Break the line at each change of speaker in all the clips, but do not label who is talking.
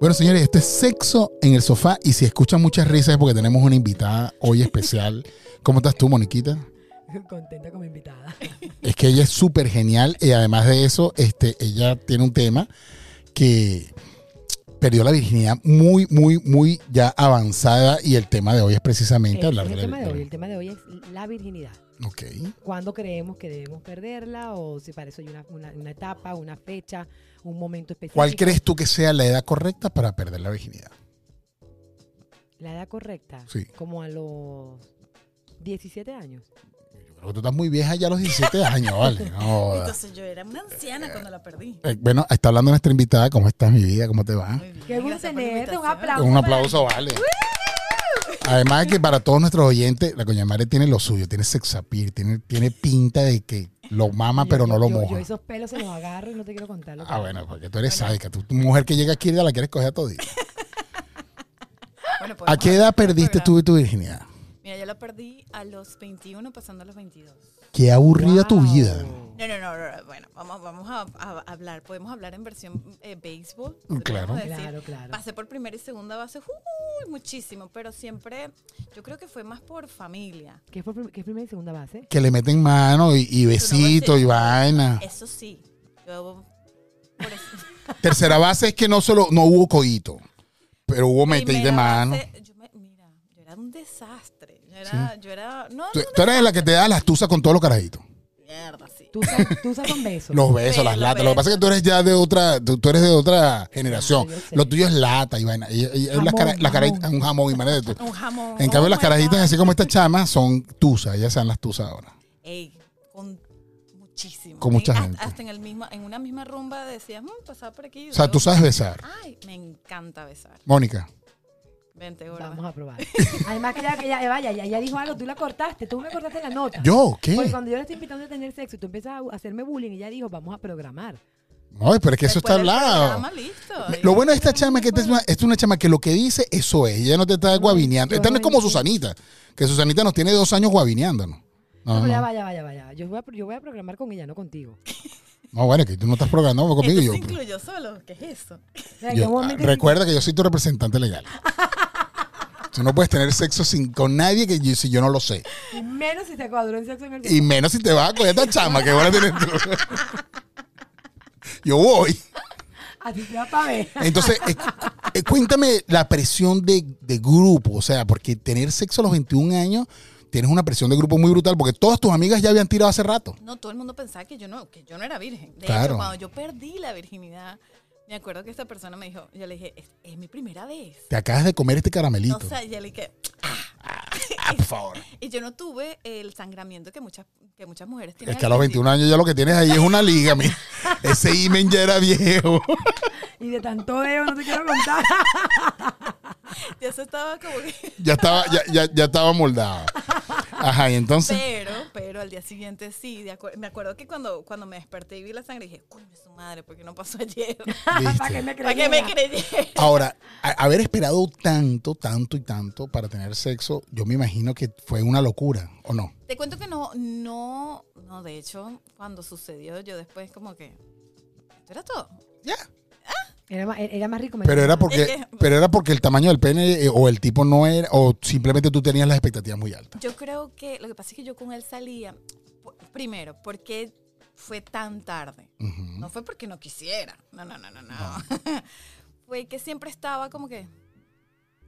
Bueno, señores, esto es Sexo en el Sofá. Y si escuchan muchas risas es porque tenemos una invitada hoy especial. ¿Cómo estás tú, Moniquita?
Contenta como invitada.
Es que ella es súper genial. Y además de eso, este, ella tiene un tema que perdió la virginidad muy, muy, muy ya avanzada. Y el tema de hoy es precisamente
Ese
hablar
es Eh, el
de la
tema de hoy. El tema de hoy es la virginidad.
Ok.
¿Cuándo creemos que debemos perderla? O si para eso hay una, una- una etapa, una fecha, un momento específico.
¿Cuál crees tú que sea la edad correcta para perder la virginidad?
La edad correcta.
Sí.
Como a los 17 años.
Yo creo que tú estás muy vieja ya a los 17 años, ¿vale? No jodas.
Entonces yo era una anciana cuando la perdí.
Eh, bueno, está hablando nuestra invitada. ¿Cómo estás, mi vida? ¿Cómo te va?
Muy bien,
Qué gusto
gracias por la
tenerte, un
invitación.
aplauso.
Un aplauso, vale. Además que para todos nuestros oyentes, la coña madre tiene lo suyo, tiene sexapir, tiene, tiene pinta de que lo mama Ah,
Yo-
pero no
yo-
lo
yo- Yo
moja.
esos pelos se los agarro y no te quiero contar lo que
Ah,
hago.
bueno, porque tú eres sádica. Tú, tu mujer que llega aquí ya la quieres coger a todita.
Bueno,
¿A
podemos
qué edad
hacer el
perdiste
programa.
tú tu virginidad?
Mira, yo la perdí a los 21, pasando a los 22.
Qué aburrida tu
Wow.
vida.
No, no, no, no, no, bueno, vamos, vamos a, a hablar. Podemos hablar en versión eh, béisbol.
Claro.
podemos decir.
Claro, claro.
Pasé por primera y segunda base, uy, muchísimo, pero siempre, yo creo que fue más por familia.
¿Qué, fue, prim- qué es primera y segunda base?
Que le meten mano y, y besito y
besito.
vaina.
Eso sí, yo... Por eso-
Tercera base es que no solo no hubo coito, pero hubo metida de
Primera
mano.
base, yo me- mira, yo era un desastre. Yo era, yo era, no,
Tú,
no,
tú eres la que te da las tuzas con todos los carajitos.
mierda, sí.
Tú usas, tú usas con besos.
Los besos,
Pero,
las latas.
pero.
Lo que pasa es que tú eres ya de otra, tú, tú eres de otra generación.
yo sé.
Lo tuyo es lata y vaina. Y, y-
Jamón,
las cara- las
jamón.
carajitas, un jamón y manera de tú.
Un jamón.
En cambio,
Oh
las
my
carajitas,
God.
así como esta chama, son tusas. Ellas sean las tusas ahora.
Ey, con muchísimo.
Con mucha
En- hasta-
gente.
Hasta en, el mismo, en una misma rumba decías, "Mm, pasaba por aquí.
O sea, tú sabes besar.
Ay, me encanta besar.
Mónica.
Vente, gorda.
Vamos a probar. Además que ya, que ya- eh, vaya, ya, ya dijo algo, tú la cortaste, tú me cortaste la nota.
¿Yo?
Porque
¿Qué?
Pues cuando yo le estoy invitando a tener sexo y tú empiezas a hacerme bullying, ella dijo, vamos a programar.
No, pero es que eso está
Después del
hablado.
programa, pues, listo.
Lo bueno de esta chama es que esta es una, esta es una chama que lo que dice, eso es. Ella no te está guavineando.
yo
Esta no
no
es como
dije.
Susanita, que Susanita nos tiene dos años guavineándonos.
No,
No,
pero ya
no.
vaya, vaya, vaya. Yo voy, a, yo voy a programar con ella, no contigo.
no, bueno, que tú no estás programando conmigo.
Esto
Yo,
se incluyó solo. ¿Qué es eso?
O sea,
Yo-
que un
ah,
momento-
recuerda que yo soy tu representante legal. Tú no puedes tener sexo sin, con nadie que yo- si yo no lo sé.
y menos si te cuadró en sexo en el
Y menos si te vas a coger esta chama que van a tener tú. Yo voy.
A ti te va pa' ver.
Entonces, eh, cu- eh, cuéntame la presión de, de grupo. O sea, porque tener sexo a los 21 años tienes una presión de grupo muy brutal porque todas tus amigas ya habían tirado hace rato.
No, todo el mundo pensaba que yo no, que yo no era virgen. De
Claro.
hecho, cuando yo perdí la virginidad, me acuerdo que esta persona me dijo, yo le dije, es, es mi primera vez.
Te acabas de comer este
O
caramelito.
sea, yo le dije,
Ah, por favor.
y yo no tuve el sangramiento que muchas, que muchas mujeres tienen.
Es que a
al
los
principio.
21 años ya lo que tienes ahí es una liga, mira. Ese imen ya era viejo.
Y de tanto dedo no te quiero contar.
Ya se estaba como que...
Ya estaba, ya, ya, ya estaba moldado. Ajá, y entonces.
Pero, pero al día siguiente sí, de acuer- me acuerdo que cuando, cuando me desperté y vi la sangre dije, coño, su madre, ¿por qué no pasó ayer?
Para que
Viste.
me
Para que
creyera.
me creyera.
Ahora, a- haber esperado tanto, tanto y tanto para tener sexo, yo me imagino que fue una locura, ¿o no?
Te cuento que no, no, no, de hecho, cuando sucedió yo después como que, ¿esto era todo?
Ya.
Era más, era más rico. me
Pero era
encanta.
porque, pero era porque el tamaño del pene eh, o el tipo no era, o simplemente tú tenías las expectativas muy altas.
Yo creo que lo que pasa es que yo con él salía, pu- primero, porque fue tan tarde.
Ujú.
No fue porque no quisiera. No, no, no, no, no. fue que siempre estaba como que.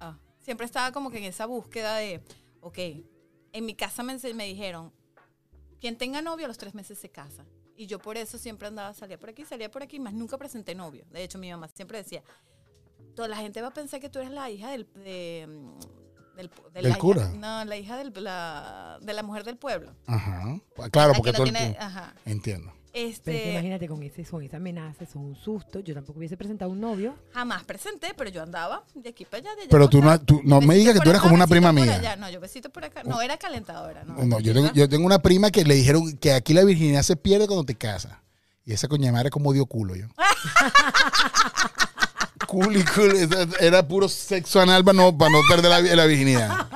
ah, siempre estaba como que en esa búsqueda de. Ok, en mi casa me, ense- me dijeron: quien tenga novio a los tres meses se casa. Y yo por eso siempre andaba, salía por aquí, salía por aquí, más nunca presenté novio. De hecho, mi mamá siempre decía: toda la gente va a pensar que tú eres la hija del. de, mm, del, pu- de
Del
la hija-
cura.
no, la hija del- la- de la mujer del pueblo.
Ajá. Claro,
La que
porque
no
todo el
tiene-
tiempo.
ajá.
Entiendo.
Pero es que
Este,
imagínate con ese son, esa amenaza, son un susto. Yo tampoco hubiese presentado un novio.
Jamás presenté, pero yo andaba de aquí para allá. De allá
Pero
para
tú no,
acá.
tú no me
Besito
digas que
por
tú eras
acá,
como una
besito
prima
por
mía.
allá. No, yo besito por acá. No, era calentadora. No,
No, yo tengo,
Era-
yo tengo una prima que le dijeron que aquí la virginidad se pierde cuando te casas. Y esa coña madre como dio culo yo. culo y culo. esa- Era puro sexo anal para no, para no perder la, vi- la virginidad.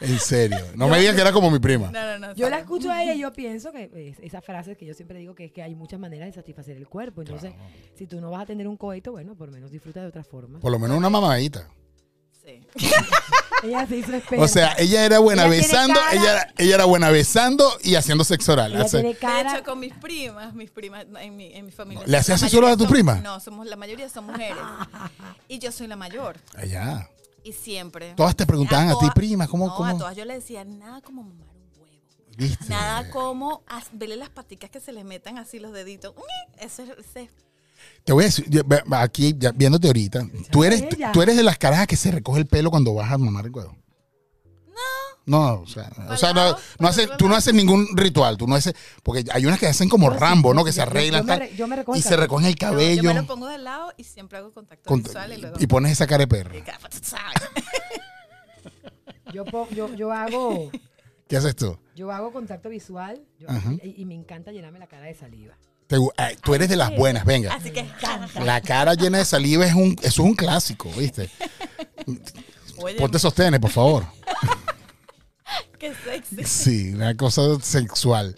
En serio. No me digas que era como mi prima.
No, no, no.
Yo la
sabe.
escucho a ella y yo pienso que es- esa frase que yo siempre digo que es que hay muchas maneras de satisfacer el cuerpo. Entonces, si tú no vas a tener un coito, bueno, por lo menos disfruta de otra forma.
Por lo menos una mamadita.
Sí.
ella se hizo experta.
O sea, ella era buena
Ella tiene
besando,
cara-
ella, era- ella era buena besando y haciendo sexo oral.
ella
Hace-
tiene
De
cara.
hecho, con mis primas, mis primas en mi, en mi familia.
¿Le hacías
la
eso solo a
mayoría
tu
son-
prima?
No, somos, la mayoría son mujeres. Y yo soy la mayor.
Ah, Allá.
Y siempre.
Todas te preguntaban a, ti,
todas-
prima, ¿cómo,
no,
cómo?
a todas yo le decía, nada como mamar un huevo.
¿Viste?
Nada como as- verle las paticas que se les metan así los deditos. ¡Uy! Eso es. ese-
Te voy a decir, yo- ve- aquí, ya viéndote ahorita, tú eres,
ella.
tú eres de las carajas que se recoge el pelo cuando vas a mamar el huevo. No. No, o sea, o sea, no,
Palado,
no hace-
palado.
tú no haces ningún ritual, tú no haces, porque hay unas que hacen como
Yo sí,
Rambo,
yo
¿no?
sí,
Que se
yo- yo-
arreglan
yo me
tal,
re- yo me recojo
y
el
se
cabello.
recogen el
No, yo
cabello
me lo pongo de lado y siempre hago contacto
con-
visual y luego.
y pones esa cara de perro.
Tú sabes.
Yo, po- yo, yo hago,
¿Qué haces tú?
yo hago contacto visual yo- y, y me encanta llenarme la cara de saliva.
Te gu- ay, tú eres de las buenas, venga.
Así que.
La cara llena de saliva es un, eso es un clásico, ¿viste?
Oye,
Pues, Ponte sostenes, por favor.
qué sexy.
Sí, una cosa sexual.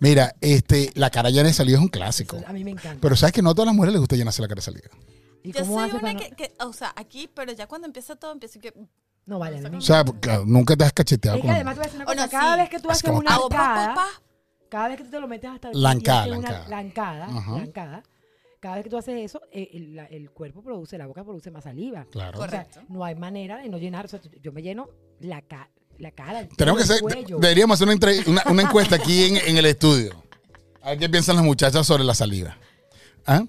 Mira, este, la cara llena de saliva es un clásico.
A mí me encanta.
Pero sabes que no a todas las mujeres les gusta llenarse la cara de saliva.
¿Y
Yo
cómo
soy
hace
una
para no-
que, que- O sea, aquí, pero ya cuando empieza todo, empiezo que.
No, vale, a mí me
O
encanta.
sea, claro, nunca te has cacheteado
Es que
con.
además tú haces una
Oh, no,
cosa, cada
sí.
vez que tú
Es
haces
como
una
Hago pa, pa,
arcada,
pa.
cada vez que tú te lo metes hasta aquí y
Lancada,
haces una
lancada.
lancada,
Ajá.
lancada, cada vez que tú haces eso, eh, el, la- el cuerpo produce, la boca produce más saliva.
Claro.
O sea,
Correcto.
no hay manera de no llenar. O sea, tú- yo me lleno la, ca- la cara. el
Tenemos que
pelo,
hacer.
el cuello.
Deberíamos hacer una, entre- una- una encuesta aquí en, en el estudio. A ver qué piensan las muchachas sobre la saliva. ¿Ah?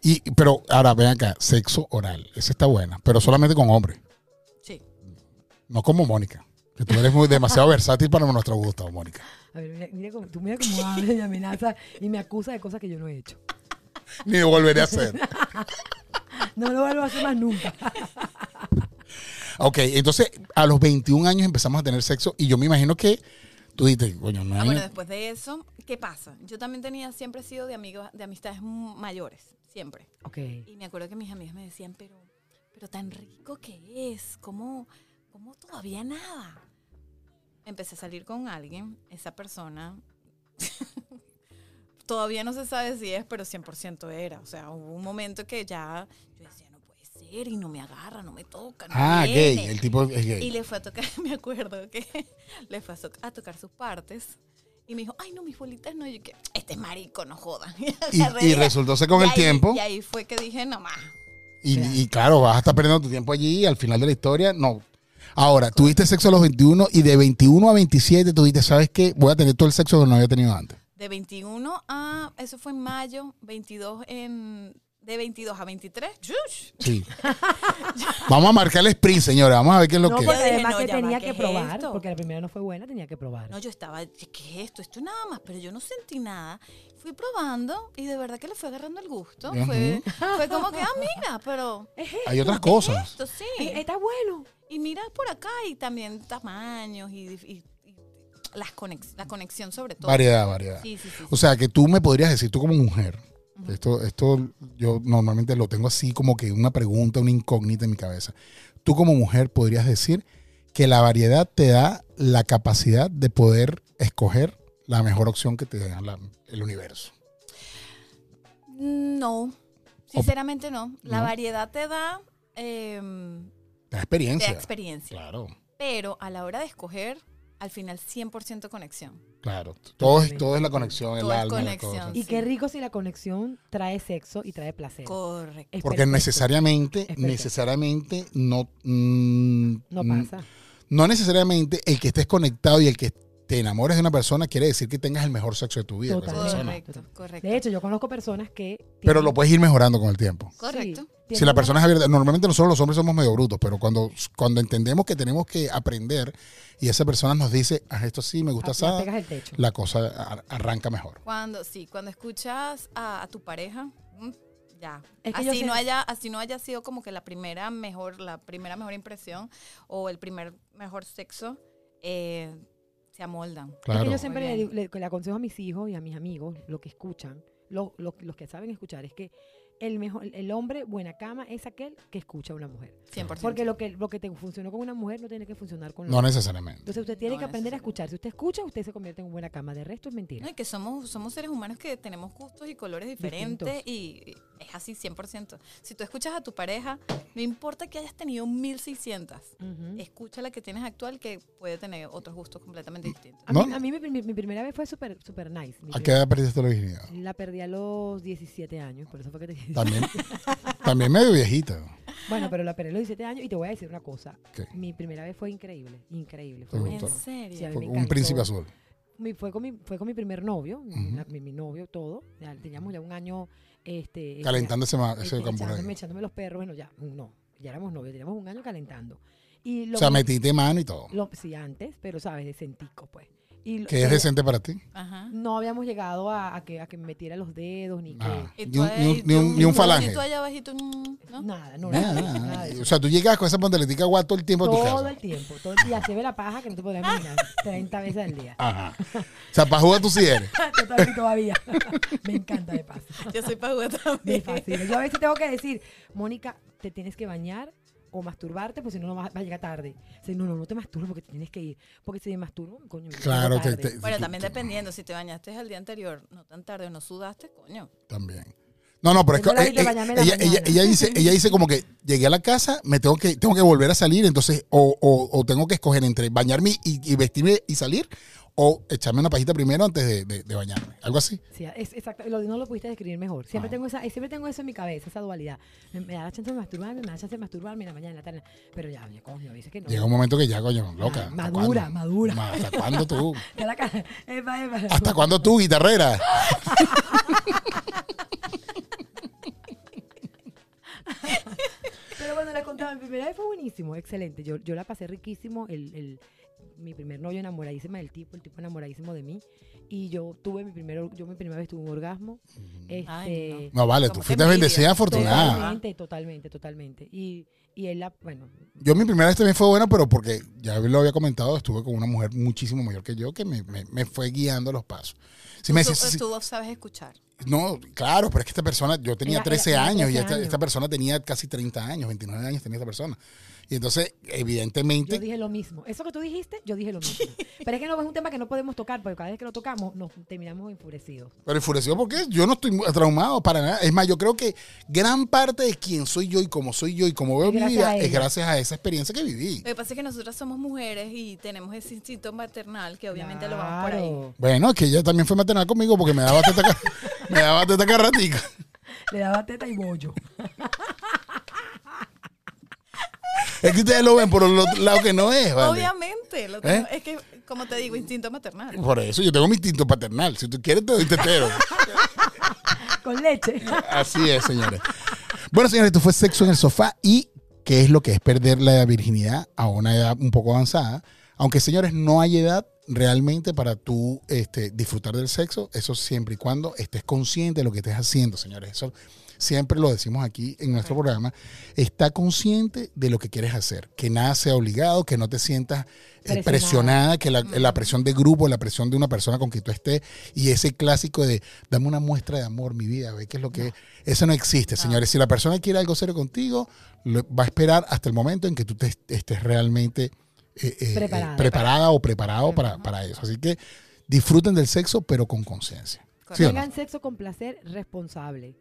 Y, pero ahora ven acá, sexo oral. Esa está buena, pero solamente con hombres.
Sí.
No como Mónica. Que tú eres muy demasiado versátil para nuestro gusto, Mónica.
A ver, mira, mira cómo, tú mira cómo hablas y amenaza y me acusa de cosas que yo no he hecho.
Ni lo volveré a hacer.
No lo vuelvo a hacer más nunca.
Ok, entonces a los 21 años empezamos a tener sexo y yo me imagino que tú dices, coño, no
Ah,
hay-
bueno, después de eso, ¿qué pasa? Yo también tenía, siempre he sido de amigos, de amistades m- mayores, siempre.
Ok.
Y me acuerdo que mis amigas me decían, pero, pero tan rico que es, ¿cómo, cómo todavía nada? Empecé a salir con alguien, esa persona, todavía no se sabe si es, pero 100% era. O sea, hubo un momento que ya yo decía, no puede ser, y no me agarra, no me toca. No
Ah,
viene".
gay. El tipo es
Y
gay.
le fue a tocar, me acuerdo que le fue a, so- a tocar sus partes. Y me dijo, ay, no, mis bolitas no. Y yo que, este es marico, no joda.
Y,
agarré
y resultóse con
y
el
ahí-
tiempo.
Y ahí fue que dije, no más.
Y, y claro, vas a estar perdiendo tu tiempo allí y al final de la historia, no. Ahora, tuviste sexo a los 21 y de 21 a 27 tú dijiste, ¿sabes qué? Voy a tener todo el sexo que no había tenido antes.
De 21 a, eso fue en mayo, 22 en, de 22 a 23. ¡yush!
Sí. Vamos a marcar el sprint, señora. Vamos a ver qué es lo
No,
que...
porque
Yo dije,
además
no,
que
ya va,
tenía
¿qué
que
es
probar,
esto?
porque la primera no fue buena, tenía que probar.
No, yo estaba, ¿qué es esto? Esto nada más, pero yo no sentí nada. Fui probando y de verdad que le fue agarrando el gusto.
Ujú.
Fue, fue como que, ah, mira, pero...
Hay otras
¿qué es
cosas.
esto? Sí.
Eh, Está bueno.
Y mira por acá y también tamaños y, y- y las conex- la conexión sobre todo.
Variedad, variedad.
Sí, sí, sí.
O sea, que tú me podrías decir, tú como mujer, esto, esto yo normalmente lo tengo así como que una pregunta, una incógnita en mi cabeza. Tú como mujer podrías decir que la variedad te da la capacidad de poder escoger la mejor opción que te da la- el universo.
No, sinceramente no. La
¿No?
variedad te da,
La
em, te da
experiencia.
experiencia,
Claro,
pero a la hora de escoger, al final 100% conexión.
claro. Todo es, todo es la conexión, el
Todo es
alma. la
conexión.
cosa.
Y
Sí.
qué rico si la conexión trae sexo y trae placer.
Correcto.
Es
Porque
perfecto.
necesariamente,
perfecto.
necesariamente no... mm,
No
mm,
pasa.
no necesariamente el que estés conectado y el que te enamores de una persona quiere decir que tengas el mejor sexo de tu vida. con esa
Totalmente.
persona.
Correcto, correcto.
De hecho, yo conozco personas que.
Pero
tienen-
lo puedes ir mejorando con el tiempo.
sí,
Correcto.
tienen
Si la
una-
persona es abierta, normalmente nosotros los hombres somos medio brutos, pero cuando, cuando entendemos que tenemos que aprender y esa persona nos dice, haz esto sí, me gusta
Ah, la
asada,
pegas el techo.
la cosa ar- arranca mejor.
Cuando, sí, cuando escuchas a, a tu pareja, mm, ya.
Es que yo
así, no
sé-
haya, así no haya sido como que la primera mejor, la primera mejor impresión o el primer mejor sexo, eh, se amoldan.
Es que
Claro.
yo siempre le,
Muy bien.
digo- le- le aconsejo a mis hijos y a mis amigos, lo que escuchan, lo- lo- los que saben escuchar, es que el mejor, el hombre buena cama es aquel que escucha a una mujer.
100%.
Porque lo que, lo que te funcionó con una mujer no tiene que funcionar con la
No
otra.
necesariamente.
Entonces usted tiene
No
que aprender a
necesariamente.
escuchar. Si usted escucha, usted se convierte en buena cama. De resto es mentira.
No, y que somos, somos seres humanos que tenemos gustos y colores diferentes y es así 100%. Si tú escuchas a tu pareja, no importa que hayas tenido 1600,
Ujú.
escucha la que tienes actual que puede tener otros gustos completamente distintos.
A,
¿No?
mí, a mí mi, mi- mi primera vez fue súper super nice. Mi
¿A
primer-
qué edad perdiste la virginidad?
La perdí a los 17 años, por eso fue que te dije.
También, también medio viejita.
Bueno, pero la perdí a los 17 años y te voy a decir una cosa.
¿Qué?
Mi primera vez fue increíble, increíble. Fue
¿Te
buenísimo.
¿En
gustó?
Sí, a
serio?
mí me
Un
encantó.
príncipe azul.
Mi- fue, con mi, fue con mi primer novio, mi-
Ujú.
la- mi, mi novio, todo. Ya teníamos ya un año... Este,
Calentando ese, ma- ese
este, echándome,
campurreo.
echándome los perros, bueno, ya, no, ya éramos novios, teníamos un año calentando. Y
O
lo
sea,
mi-
metiste mano y todo.
lo- sí, antes, pero sabes, decentico, pues. Y lo-
¿Qué es
pero
decente para ti?
Ajá.
No habíamos llegado a, a que, a que me metiera los dedos ni
Ah,
Y
ni
tú
un-
ahí,
ni un-
tú-
ni un- ni un
tú
falange.
bajito allá bajito, mm,
que.
¿no?
Nada, no,
Nada,
nada,
nada.
nada de
O
eso.
sea, tú llegas con esa pantaletica agua todo el tiempo a tu
Todo el
casa.
tiempo, todo el día se ve la paja que no te podrás imaginar 30 veces al día.
Ajá. O sea, para jugar tú sí eres.
Totalmente todavía. Me encanta de paso.
Yo soy para jugar
Me
también.
fascina. Yo a veces tengo que decir, Mónica, te tienes que bañar o masturbarte, porque si no, no vas, vas a llegar tarde. Dice, no, no, no te masturbes porque te tienes que ir. Porque si te masturbo, coño, me
Claro,
llego
te-
tarde.
te-
Bueno,
tú-
también
tú-
dependiendo, si te bañaste el día anterior, no tan tarde, no sudaste, coño.
También. No, no, pero es que
Tengo la
eh,
vida de
eh,
bañarme en la
ella, ella,
mañana.
ella dice, ella dice como que llegué a la casa, me tengo que, tengo que volver a salir, entonces o, o- o tengo que escoger entre bañarme y, y vestirme y salir o echarme una pajita primero antes de, de- de bañarme. Algo así.
Sí, es, exacto, lo- no lo pudiste describir mejor. Siempre, tengo esa, eh, siempre tengo eso en mi cabeza, esa dualidad. Me, me da la chance de masturbarme, me da la chance de masturbarme en la mañana, en la tarde. Pero ya, ya, coño, dices que no.
Llega un momento que ya, coño, loca.
Ay,
¿hasta
madura,
cuándo?
madura.
Ma, ¿Hasta cuándo tú?
Que la cara- epa, epa.
¿Hasta cuándo tú, guitarrera?
Pero bueno, les contaba, mi primera vez fue buenísimo, excelente. Yo, yo la pasé riquísimo. El, el- mi primer novio enamoradísimo del tipo, el tipo enamoradísimo de mí. Y yo tuve mi primer, or- yo mi primera vez tuve un orgasmo. Este,
Ay,
No, vale,
Como
tú
que
fuiste
envidia.
bendecida y afortunada.
Totalmente, totalmente, totalmente. Y, y él la, bueno,
Yo mi primera vez también fue buena, pero porque ya lo había comentado, estuve con una mujer muchísimo mayor que yo que me, me- me fue guiando los pasos. Si
Tú,
me
tú-
decías, sí,
tú sabes escuchar.
No, claro, pero es que esta persona, yo tenía
Era- era-
13
tenía
años y
13
esta,
años.
esta persona tenía casi 30 años, 29 años tenía esta persona. Y entonces,
yo
evidentemente,
dije lo mismo. Eso que tú dijiste, yo dije lo mismo. Pero es que no es un tema que no podemos tocar, porque cada vez que lo tocamos nos terminamos enfurecidos.
pero enfurecido porque yo no estoy mu- traumado para nada. Es más, yo creo que gran parte de quién soy yo y cómo soy yo y cómo veo
Es
mi
gracias
vida
a
es
ella.
gracias a esa experiencia que viví.
Lo que pasa es que nosotras somos mujeres y tenemos ese instinto maternal que obviamente lo vamos por ahí.
Claro.
Bueno, es que ella también fue maternal conmigo porque me daba teta, ca- me daba teta cada ratico.
Le daba teta y bollo.
Es que ustedes lo ven por el otro lado que no es, ¿vale?
Obviamente, lo
¿Eh?
tengo- es que, como te digo, instinto maternal.
Por eso yo tengo mi instinto paternal. Si tú quieres, te doy tetero.
Con leche.
Así es, señores. Bueno, señores, esto fue sexo en el sofá y qué es lo que es perder la virginidad a una edad un poco avanzada. Aunque, señores, no hay edad realmente para tú este, disfrutar del sexo, eso siempre y cuando estés consciente de lo que estés haciendo, señores. Eso siempre lo decimos aquí en nuestro programa. Está consciente de lo que quieres hacer, que nada sea obligado, que no te sientas eh,
Presionada.
presionada, que la, la presión de grupo, la presión de una persona con quien tú estés y ese clásico de dame una muestra de amor, mi vida, ve qué es lo que... es". Eso no existe, señores. Si la persona quiere algo serio contigo, lo- va a esperar hasta el momento en que tú te est- estés realmente eh, eh, eh,
Preparada.
preparada o preparado para, para eso. Así que disfruten del sexo, pero con conciencia. ¿Sí o no?
Tengan sexo con placer responsable.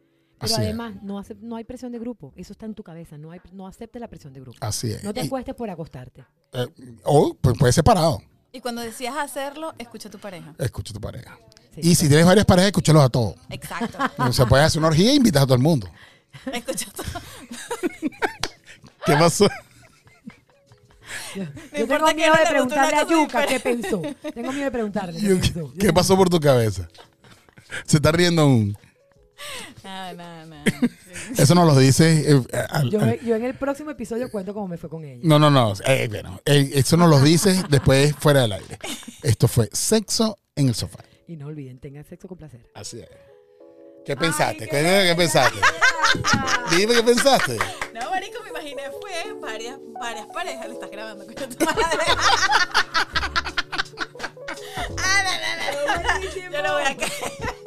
Así
Pero
es.
además, no, acep- no hay presión de grupo. Eso está en tu cabeza. No, hay, no aceptes la presión de grupo.
Así es.
No te
Ah, Y-
acuestes por acostarte.
eh, o pues, puede ser separado.
Y cuando decías hacerlo, escucha a tu pareja.
Escucha a tu pareja.
Sí,
y si tienes varias parejas, escúchalos a todos.
Exacto.
O sea, puedes hacer una orgía e invitas a todo el mundo.
Escucha a tu
¿Qué pasó?
Yo
importa
tengo
que
miedo
no
de
le pregunte una
preguntarle a
cosa
Yuka qué pensó. Tengo miedo de preguntarle. qué pensó.
¿Qué pasó por tu cabeza? Se está riendo aún.
No, no, no.
Eso no lo dice. eh, al-
Yo,
al-
me- yo en el próximo episodio cuento cómo me fue con ella.
No, no, no. Eh, bueno, eh, eso no lo dices después fuera del aire. Esto fue sexo en el sofá.
Y no olviden, tengan sexo con placer.
Así es. ¿Qué pensaste? Cuéntame qué pensaste. Dime qué pensaste.
No, marico, me imaginé fue varias, varias parejas. Le estás grabando con tu madre. ah, no, no, no. Yo no voy a caer.